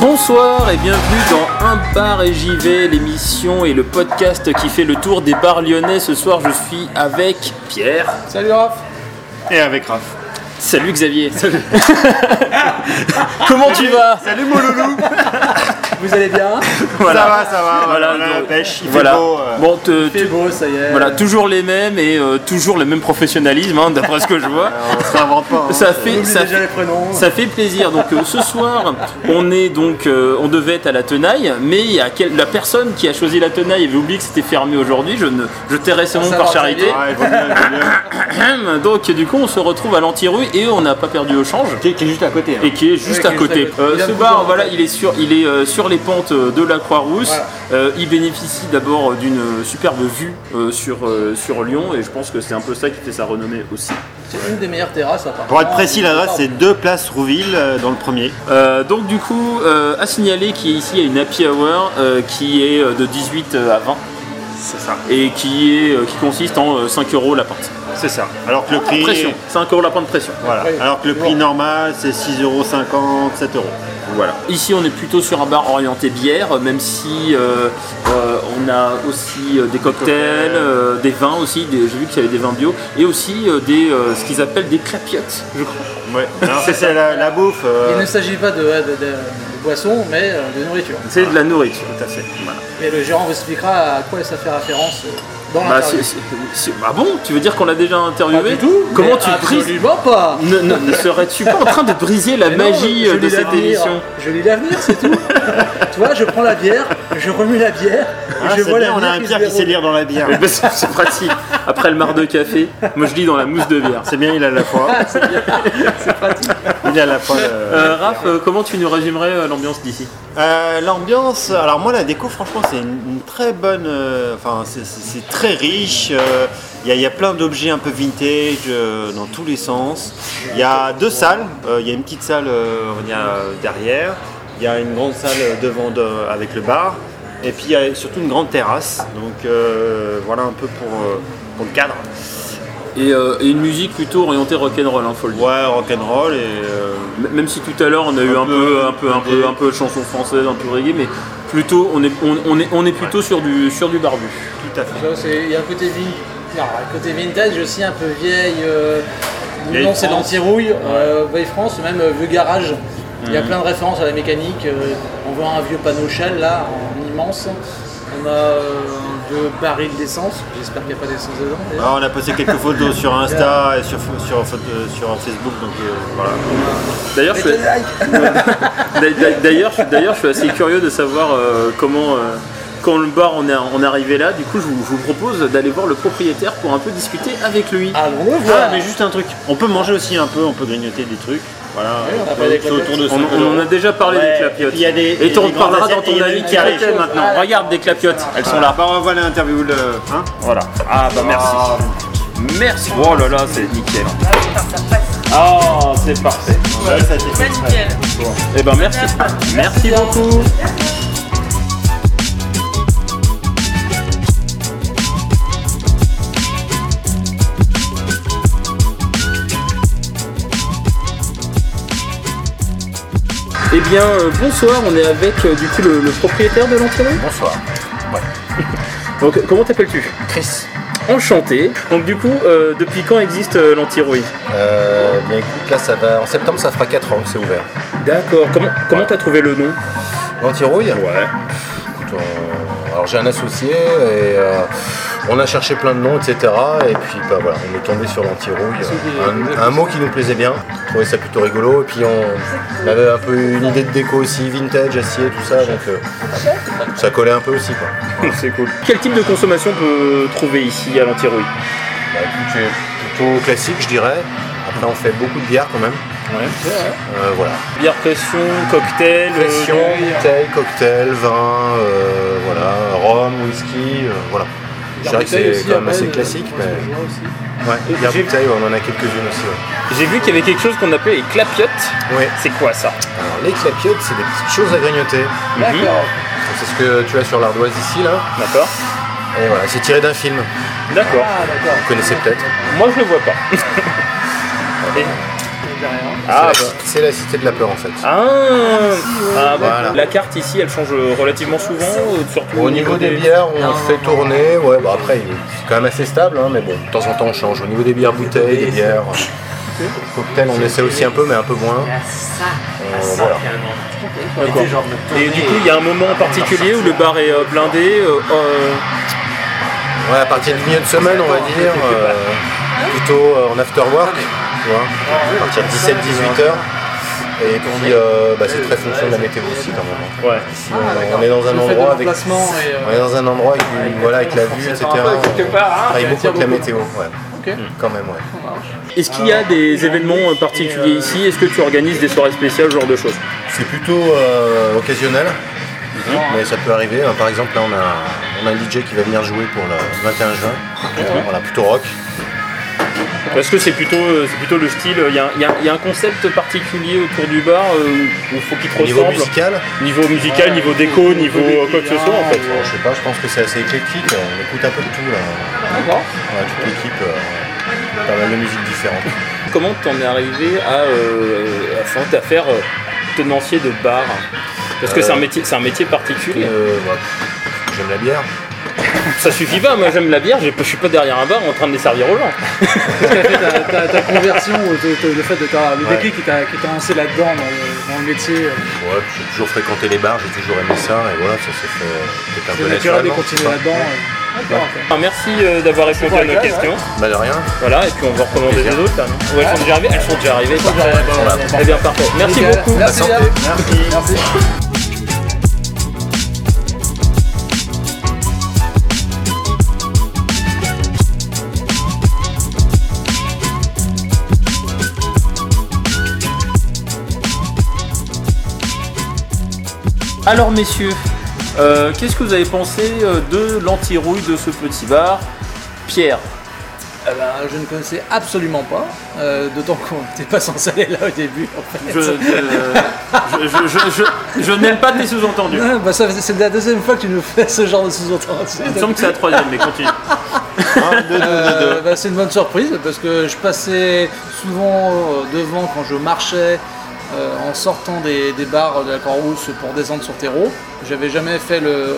Bonsoir et bienvenue dans Un bar et j'y vais, l'émission et le podcast qui fait le tour des bars lyonnais. Ce soir, je suis avec Pierre. Salut Raph Et avec Raph. Salut Xavier. Comment tu vas Salut mon loulou Vous allez bien Ça va, ça va, voilà, on a la donc, pêche, il voilà. fait beau. euh, Bon, te- C'est tu- beau, ça y est. voilà, toujours les mêmes et euh, toujours le même professionnalisme, hein, d'après ce que je vois. on se réinvente pas. hein. Ça fait, euh, Oublie ça déjà les prénoms. Ça fait plaisir. Donc euh, ce soir, on est donc, euh, on devait être à la tenaille, mais il y a quel- la personne qui a choisi la tenaille avait oublié que c'était fermé aujourd'hui. Je ne, je tairai ce nom Ah, Ça par va, charité. ça Ouais, il vaut mieux, il vaut mieux. Donc du coup, on se retrouve à l'anti-rue et on n'a pas perdu au change. qui, est- qui est juste à côté. hein. Et qui est juste qui est à côté. juste à côté. Euh, Il a ce beaucoup bar, de- voilà, il est sur, il est euh, sur les pentes euh, de la Croix-Rousse. Voilà. Euh, il bénéficie d'abord d'une superbe vue euh, sur euh, sur Lyon et je pense que c'est un peu ça qui fait sa renommée aussi. C'est une des meilleures terrasses, apparemment. Pour être précis, l'adresse c'est 2 places Rouville euh, dans le premier. Euh, donc du coup, euh, à signaler qu'ici il y a une happy hour euh, qui est euh, de 18 à 20 C'est ça. et qui, est, euh, qui consiste en euh, 5 euros la pinte. C'est ça. Alors que le prix. Pression, 5 euros la pinte pression. Voilà. Oui. Alors que le prix normal c'est 6,50€, 7 euros. Voilà. Ici on est plutôt sur un bar orienté bière, même si euh, euh, on a aussi euh, des cocktails, euh, des vins aussi, des- j'ai vu qu'il y avait des vins bio, et aussi euh, des, euh, ce qu'ils appellent des clapiotes, je crois. Ouais. Alors ça, c'est la, la bouffe. euh, Il ne s'agit pas de, de- de- de boissons, mais euh, de nourriture. C'est de la nourriture. Tout à fait. Voilà. Et le gérant vous expliquera à quoi ça fait référence euh, dans Bah, la c'est- c'est- c'est- ah bon Tu veux dire qu'on l'a déjà interviewé Pas du tout Comment mais tu brises Absolument pas Ne, ne- ne serais-tu pas en train de briser la Mais non, magie je euh, de lis cette l'avenir. émission Je lis l'avenir, c'est tout. tu vois, je prends la bière, je remue la bière, ah, et je c'est vois bien, on a l'avenir un Pierre se qui sait déroule. lire dans la bière. Eh ben, C'est c'est pratique. Après le mar de café, moi je lis dans la mousse de bière. C'est bien, il a la foi. Ah, c'est bien, c'est pratique. Il a la foi. euh, Euh, Raph, euh, comment tu nous résumerais euh, l'ambiance d'ici Euh, L'ambiance, alors moi la déco franchement c'est une, une très bonne, euh, enfin c'est- c'est c'est très riche, euh, il y, a- il y a plein d'objets un peu vintage euh, dans tous les sens, il y a deux salles, Euh, il y a une petite salle euh, on y a, euh, derrière, il y a une grande salle euh, devant de- avec le bar, et puis il y a surtout une grande terrasse, donc euh, voilà un peu pour, euh, pour le cadre. et, euh, et une musique plutôt orientée rock'n'roll, hein, faut le dire. Ouais, rock'n'roll et... euh, M- Même si tout à l'heure on a eu un peu, peu, un peu, un peu, un peu chanson française, un peu reggae, mais plutôt on est, on, on est, on est plutôt sur du, sur du barbu. tout à fait. Ça, c'est- Il y a un côté, vin- non, un côté vintage aussi, un peu vieille. euh, Vieille non, c'est France. l'anti-rouille, euh, vieille France, même euh, vieux garage. Il y a plein de références à la mécanique. euh, on voit un vieux panneau Shell là, en immense. On a euh, deux barils d'essence. J'espère qu'il n'y a pas d'essence dedans. d'ailleurs. Alors, Ah, on a posté quelques photos sur Insta et sur, sur, sur Facebook, donc euh, voilà. Ah, D'ailleurs, je suis- Mettez like. D'a- d'a- D'ailleurs, je, d'ailleurs, je suis assez curieux de savoir euh, comment, euh, quand le bar on est, on est arrivé là. Du coup, je vous, je vous propose d'aller voir le propriétaire pour un peu discuter avec lui. Allons le Ah, voir. mais juste un truc. On peut manger aussi un peu, on peut grignoter des trucs. Voilà, Oui, on on a pas des peut- c'est autour de on, 5 on en a déjà parlé Ouais, des clapiotes. et puis il y a des- il y a t'en des grandes parleras dans assiettes et ton il y a avis des qui carrés. arrive maintenant. Regarde des clapiotes, elles sont là. Bah, on va l'interview le. Hein Voilà. Ah bah merci. Ah, Merci. Oh là là, c'est nickel. Ah, c'est parfait. ouais, ça t'est fait. Eh ben merci. Merci beaucoup. Eh bien, euh, bonsoir, on est avec euh, du coup le, le propriétaire de l'entreprise. Bonsoir. Donc, comment t'appelles-tu Chris. Enchanté. Donc, du coup, euh, depuis quand existe euh, l'antirouille Euh, bien écoute, là ça va. En septembre ça fera 4 ans que c'est ouvert. D'accord. Ah. Comment comment t'as trouvé le nom L'antirouille Ouais. Écoute, on- Alors j'ai un associé et euh, on a cherché plein de noms, etc. Et puis bah, voilà, on est tombé sur l'antirouille. euh, Un, un mot qui nous plaisait bien. On trouvait ça plutôt rigolo. Et puis on, on avait un peu une idée de déco aussi, vintage, acier, tout ça. Donc euh, ça collait un peu aussi quoi. C'est cool. Quel type de consommation on peut trouver ici à l'antirouille Bah, écoute, c'est plutôt classique, je dirais. Après, on fait beaucoup de bière quand même. Euh, voilà. Bière pression, cocktail, euh, Pression, bouteille, cocktail, vin, euh, voilà, rhum, whisky, euh, voilà. Je dirais que c'est quand même assez classique, euh, mais Mhm. ouais, bière bouteille, ouais, on en a quelques-unes aussi. ouais. J'ai vu qu'il y avait quelque chose qu'on appelait les clapiotes. Ouais. C'est quoi ça Alors les clapiotes, c'est des petites choses à grignoter. D'accord. C'est ce que tu as sur l'ardoise ici là. D'accord. Et voilà, c'est tiré d'un film. D'accord. Ah, d'accord. Vous connaissez peut-être. Moi je le vois pas. Et- Ah, C'est la- bah. c'est la cité de la peur en fait. Ah, Ah, bah, Voilà. La carte ici elle change relativement souvent, euh, surtout Au niveau des bières, on fait tourner. Ouais, bah après, c'est quand même assez stable, hein, mais bon, de temps en temps, on change. Au niveau des bières bouteilles, des bières, euh, cocktails, on essaie aussi un peu, mais un peu moins. Euh, voilà. D'accord. Et du coup il y a un moment en particulier où le bar est euh, blindé. euh, euh, Ouais, à partir du milieu de semaine, on va dire, euh, plutôt euh, en after work, tu vois, à partir de 17-18 heures. Et puis, euh, bah, c'est très fonction de la météo aussi, quand même. hein. ouais. Ah, On- on est dans un le fait de endroit avec, l'emplacement et, euh, on est dans un endroit avec, une- voilà, avec la vue, etc. On travaille beaucoup avec la météo, ouais. Mm, Ok. Quand même, ouais. Est-ce qu'il y a des événements euh, particuliers ici Est-ce que tu organises des soirées spéciales, ce genre de choses C'est plutôt euh, occasionnel, mais ça peut arriver. Euh, Par exemple, là, on a, on a un DJ qui va venir jouer pour le 21 juin. Voilà, plutôt rock. Parce que c'est plutôt, euh, c'est plutôt le style. Il y, a- il y a- il y a un concept particulier autour du bar euh, où il faut qu'il te Au niveau ressemble. musical, Niveau musical, niveau déco, niveau euh, quoi que ce soit en fait. bon, je sais pas, je pense que c'est assez éclectique. On écoute un peu de tout, là. D'accord. On a toute l'équipe, euh, pas mal de musiques différentes. Comment t'en es arrivé à, euh, à, faire- à faire euh, tenancier de bar Parce que c'est un métier, c'est un métier particulier. Euh, voilà. J'aime la bière. Ça suffit pas. Moi, j'aime la bière. j'ai- Je suis pas derrière un bar en train de les servir aux gens. Tout à fait, ta, ta- ta conversion, euh, te- te- le fait de ta, le Ouais. déclic qui t'a qui t'a lancé là-dedans dans, le- dans le métier, euh, Ouais, puis j'ai toujours fréquenté les bars, j'ai toujours aimé ça, et voilà, ça s'est fait euh, peut-être un c'est peu naturel de naturellement. continuer je sais là-dedans. euh. D'accord, ok. Enfin, merci euh, d'avoir répondu à nos Ouais, questions. pas. Bah de rien. Voilà, et puis on va recommander les Plaisir. autres. là, non Ouais, elles sont déjà arrivées. Elles sont déjà arrivées. Voilà. Eh bien, parfait. Merci Nickel. beaucoup. Merci, santé. Yann. Merci. Alors messieurs, euh, qu'est-ce que vous avez pensé euh, de l'antirouille de ce petit bar Pierre, Eh ben, je ne connaissais absolument pas, euh, d'autant qu'on n'était pas censé aller là au début. En fait. je, je- je- je- je- je n'aime pas tes sous-entendus. Ah, bah, ça, c'est la deuxième fois que tu nous fais ce genre de sous-entendu. Il me semble que c'est la troisième, mais continue. Un, deux, deux, deux, deux. Euh, bah, c'est une bonne surprise parce que je passais souvent euh, devant quand je marchais euh, en sortant des, des bars de la Croix-Rousse pour descendre sur terreau. J'avais jamais fait le,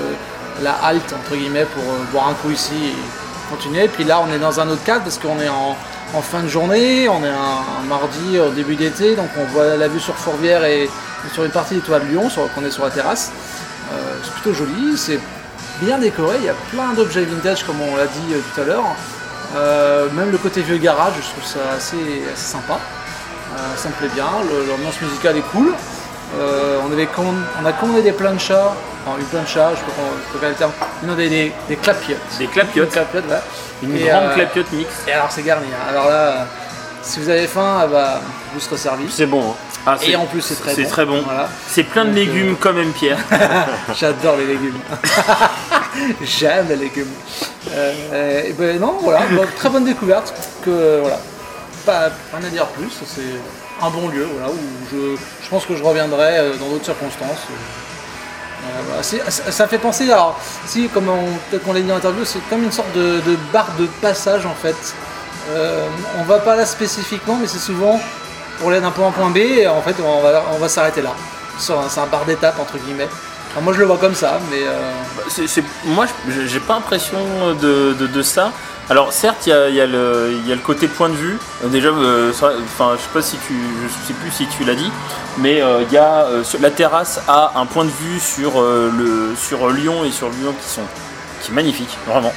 la halte entre guillemets pour euh, boire un coup ici et continuer. Et puis là on est dans un autre cadre parce qu'on est en, en fin de journée, on est un, un mardi au début d'été, donc on voit la vue sur Fourvière et, et sur une partie du toit de Lyon sur- qu'on est sur la terrasse. Euh, c'est plutôt joli, c'est bien décoré, il y a plein d'objets vintage comme on l'a dit euh, tout à l'heure. Euh, même le côté vieux garage, je trouve ça assez, assez sympa. Euh, ça me plaît bien, le- l'ambiance musicale est cool. Euh, on, avait commandé, on a commandé des planchas, enfin une plancha, je sais pas comment je sais pas quel terme, non, des, des, des clapiotes. Des clapiotes. Une clapiote, ouais. Une Et, grande euh, clapiote mixte. Et alors c'est garni, hein. alors là, euh, si vous avez faim, ah bah, vous serez servi. C'est bon. hein. Ah, Et en plus c'est très bon. C'est très bon. Voilà. C'est plein de Donc, euh, légumes quand même, Pierre. J'adore les légumes. J'aime les légumes. Euh, euh, et ben non, voilà, bon, très bonne découverte. Que voilà, pas rien à dire plus. C'est un bon lieu, voilà, où je, je pense que je reviendrai euh, dans d'autres circonstances. Euh, voilà, c'est- ça ça fait penser, alors, si, comme on- peut-être qu'on l'a dit dans l'interview, c'est comme une sorte de, de barre de passage en fait. Euh, on va pas là spécifiquement, mais c'est souvent pour aller d'un point à un point B, et en fait on va, on va s'arrêter là. C'est un, c'est un bar d'étape entre guillemets. Enfin, moi je le vois comme ça, mais euh, Bah, C'est- c'est- moi, je- j'ai pas l'impression de, de- de ça. Alors, certes, il y a, il y a le il y a le côté point de vue. Euh, Déjà, euh, ça- enfin, je sais pas si tu, je sais plus si tu l'as dit, mais euh, il y a euh, sur- la terrasse a un point de vue sur euh, le sur Lyon et sur Lyon qui sont qui est magnifique, vraiment.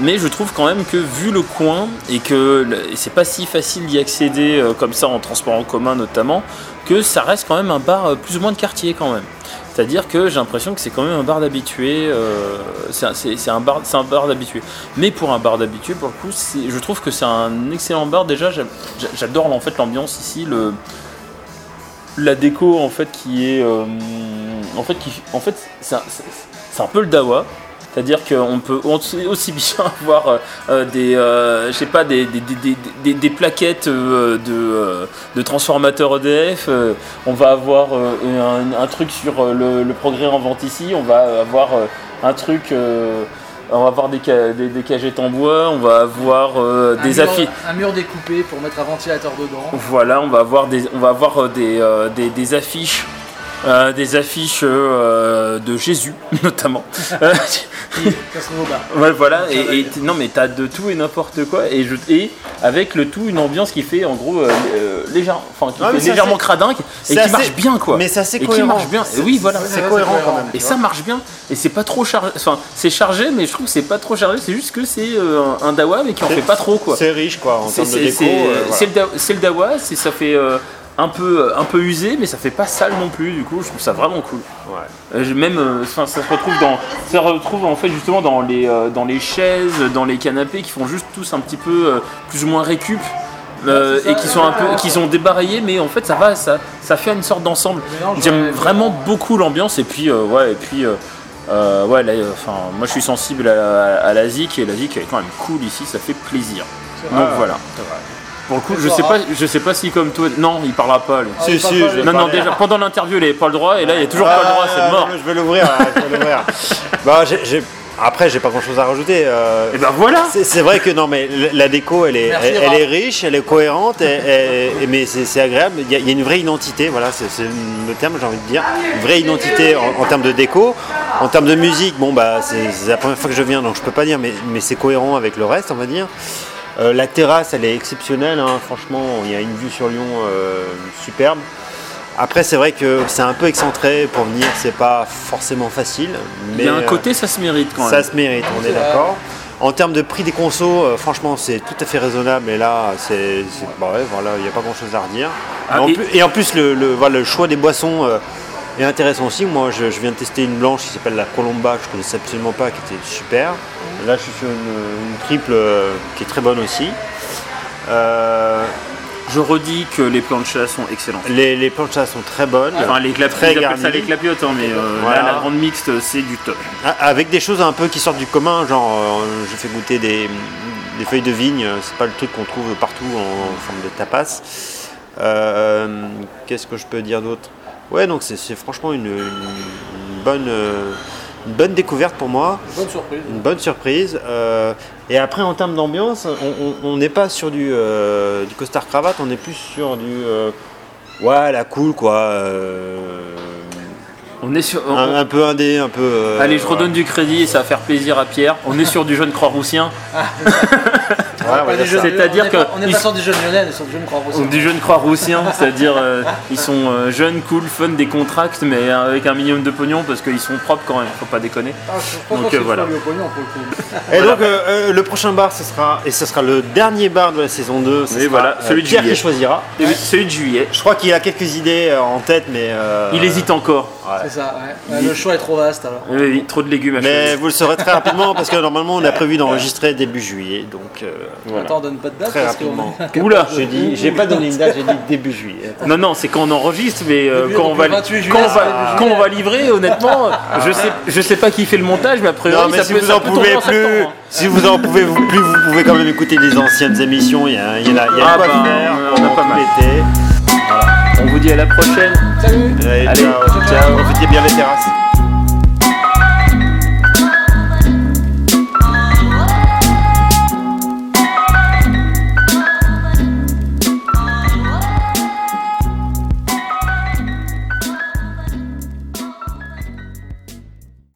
Mais je trouve quand même que vu le coin et que le- et c'est pas si facile d'y accéder euh, comme ça en transport en commun notamment, que ça reste quand même un bar euh, plus ou moins de quartier quand même. C'est-à-dire que j'ai l'impression que c'est quand même un bar d'habitué. euh, c'est un- c'est c'est un bar, c'est un bar d'habitué. Mais pour un bar d'habitué, pour le coup, c'est- je trouve que c'est un excellent bar. Déjà, j'a- j'a- j'adore en fait l'ambiance ici, le, la déco en fait qui est euh, en fait qui en fait c'est un, c'est- c'est un peu le dawa c'est-à-dire qu'on peut on sait aussi bien avoir euh, euh, des, euh, je sais pas, des, des, des- des- des- des plaquettes euh, de, euh, de transformateurs EDF, euh, on va avoir euh, un, un truc sur euh, le, le progrès en vente ici, on va avoir euh, un truc, euh, on va avoir des, ca- des, des cagettes en bois, on va avoir euh, Un des mur- affiches. Un mur découpé pour mettre un ventilateur dedans. Voilà, on va avoir des, on va avoir euh, des, euh, des, des affiches, euh, des affiches euh, de Jésus notamment. Euh, Ça se trouve au bar. ouais, voilà. Ça va Et, et- non, mais t'as de tout et n'importe quoi. Et, je, et avec le tout, une ambiance qui fait en gros euh, euh, légère- enfin, qui Ouais, fait mais Ah c'est légèrement assez- cradingue et c'est qui assez- marche bien quoi. Mais ça, c'est et qui cohérent. marche bien. Et oui, voilà. C'est Ouais, cohérent c'est quand même. Et tu ça marche bien, et c'est pas trop chargé, enfin c'est chargé, mais je trouve que c'est pas trop chargé, c'est juste que c'est euh, un- un dawa mais qui en C'est- fait pas trop vois. quoi. C'est riche quoi en C'est termes de c'est- déco. c'est- euh, voilà. c'est le, da- c'est le dawa, c'est- ça fait euh, un, peu, un peu usé, mais ça fait pas sale non plus. Du coup, je trouve ça vraiment cool. Ouais. Euh, j'ai même, euh, enfin, ça se retrouve dans, ça se retrouve en fait justement dans les, euh, dans les chaises, dans les canapés qui font juste tous un petit peu euh, plus ou moins récup. euh, Ouais, c'est ça, et qui sont un ouais. peu, qui sont débarraillés, mais en fait ça va, ça, ça fait une sorte d'ensemble. Le mélange, J'aime ouais. vraiment beaucoup l'ambiance et puis euh, ouais et puis euh, euh, ouais, là, euh, enfin moi je suis sensible à, la- à la zik et la zik elle est quand même cool ici, ça fait plaisir. C'est Donc vrai. voilà. Pour le coup, C'est je pas sais pas, grave. je sais pas si comme toi, non, il parlera pas. lui. Ah, Si, il parle si, pas, je- lui. Non, non, parler. déjà pendant l'interview, il avait pas le droit et là, il a toujours pas le droit, Ah, c'est mort. non, Je vais l'ouvrir. hein, je vais l'ouvrir. Bah, j'ai- j'ai- Après, j'ai pas grand chose à rajouter. euh, Et ben voilà. C'est c'est vrai que non, mais la- la déco, elle est, Merci, elle, elle Ra. est riche, elle est cohérente, et- et- et- mais c'est c'est agréable. Il y, a- il y a une vraie identité, voilà, c'est c'est le terme, j'ai envie de dire. Une vraie identité en, en termes de déco. En termes de musique, bon, bah, c'est c'est la première fois que je viens, donc je peux pas dire, mais, mais c'est cohérent avec le reste, on va dire. Euh, la terrasse, elle est exceptionnelle, hein, franchement, il y a une vue sur Lyon euh, superbe. Après, c'est vrai que c'est un peu excentré pour venir, c'est pas forcément facile. Il Mais y a un euh, côté, ça se mérite quand ça même. se mérite, on est C'est vrai. d'accord. En termes de prix des consos, euh, franchement, c'est tout à fait raisonnable. Et là, c'est, c'est- bah ouais, voilà, il n'y a pas grand-chose à redire. Ah, Mais en et- plus- et... en plus, le, le- voilà, le choix des boissons euh, est intéressant aussi. Moi, je, je viens de tester une blanche qui s'appelle la Colomba, je ne connaissais absolument pas, qui était super. Là, je suis sur une, une triple euh, qui est très bonne aussi. Euh, Je redis que les plans de chat sont excellents. les, les planchas sont très bonnes. Enfin, les Très clapiotes, ils appellent ça garni. les clapiotes, hein, mais euh, Voilà. là, la grande mixte, c'est du top. Ah, Avec des choses un peu qui sortent du commun, genre euh, je fais goûter des, des feuilles de vigne, euh, c'est pas le truc qu'on trouve partout en, forme de tapas. Euh, Qu'est-ce que je peux dire d'autre Ouais, donc c'est c'est franchement une, une bonne, euh, une bonne découverte pour moi, Bonne surprise. une bonne surprise. Euh, et après, en termes d'ambiance, on- on on n'est pas sur du, euh, du costard cravate, on est plus sur du. euh, ouais, la cool quoi. euh, On est sur. un, un peu indé, un peu. Ah, euh, Allez, je voilà. redonne du crédit et ça va faire plaisir à Pierre. On est sur du jeune Croix-Roussien. Ouais, Pas voilà, des ça. jeunes- Ah C'est-à-dire on est pas- que On est ils- pas sur des jeunes lyonnais, on est sur des jeunes croix Ou Du jeune Croix-Roussien, c'est-à-dire euh, ils sont euh, jeunes, cool, fun, des contracts, mais avec un minimum de pognon parce qu'ils sont propres quand même, faut pas déconner. Donc, euh, voilà. Et donc euh, euh, le prochain bar ce sera et ce sera le dernier bar de la saison 2. ce Oui, sera, voilà, euh, celui de Pierre juillet. qui choisira. Et oui, celui de juillet. Je crois qu'il a quelques idées euh, en tête mais euh, Il hésite encore. ouais. C'est ça, ouais. Euh, Le choix est trop vaste alors. Oui, oui, trop de légumes à Mais choisir. vous le saurez très rapidement parce que normalement on a prévu d'enregistrer début juillet donc euh, Voilà. Attends, donne pas de date très parce qu'on rapidement. Oula J'ai dit j'ai pas donné une date, j'ai dit début juillet. Non, non, c'est quand on enregistre, mais euh, Depuis- quand, on depuis va, le quand, 28 on juillet, c'est va, le quand on juillet. va livrer, honnêtement, je sais, je sais pas qui fait le montage, mais après, Non mais si vous en pouvez plus, hein. si vous en pouvez vous- plus, vous pouvez quand même écouter les anciennes émissions. Il y a, il y en a, il y a Ah quoi bah, faire on en a pas pendant tout mal. l'été. On vous dit à la prochaine. Salut Allez, Allez, ciao, ciao. profitez bien des terrasses.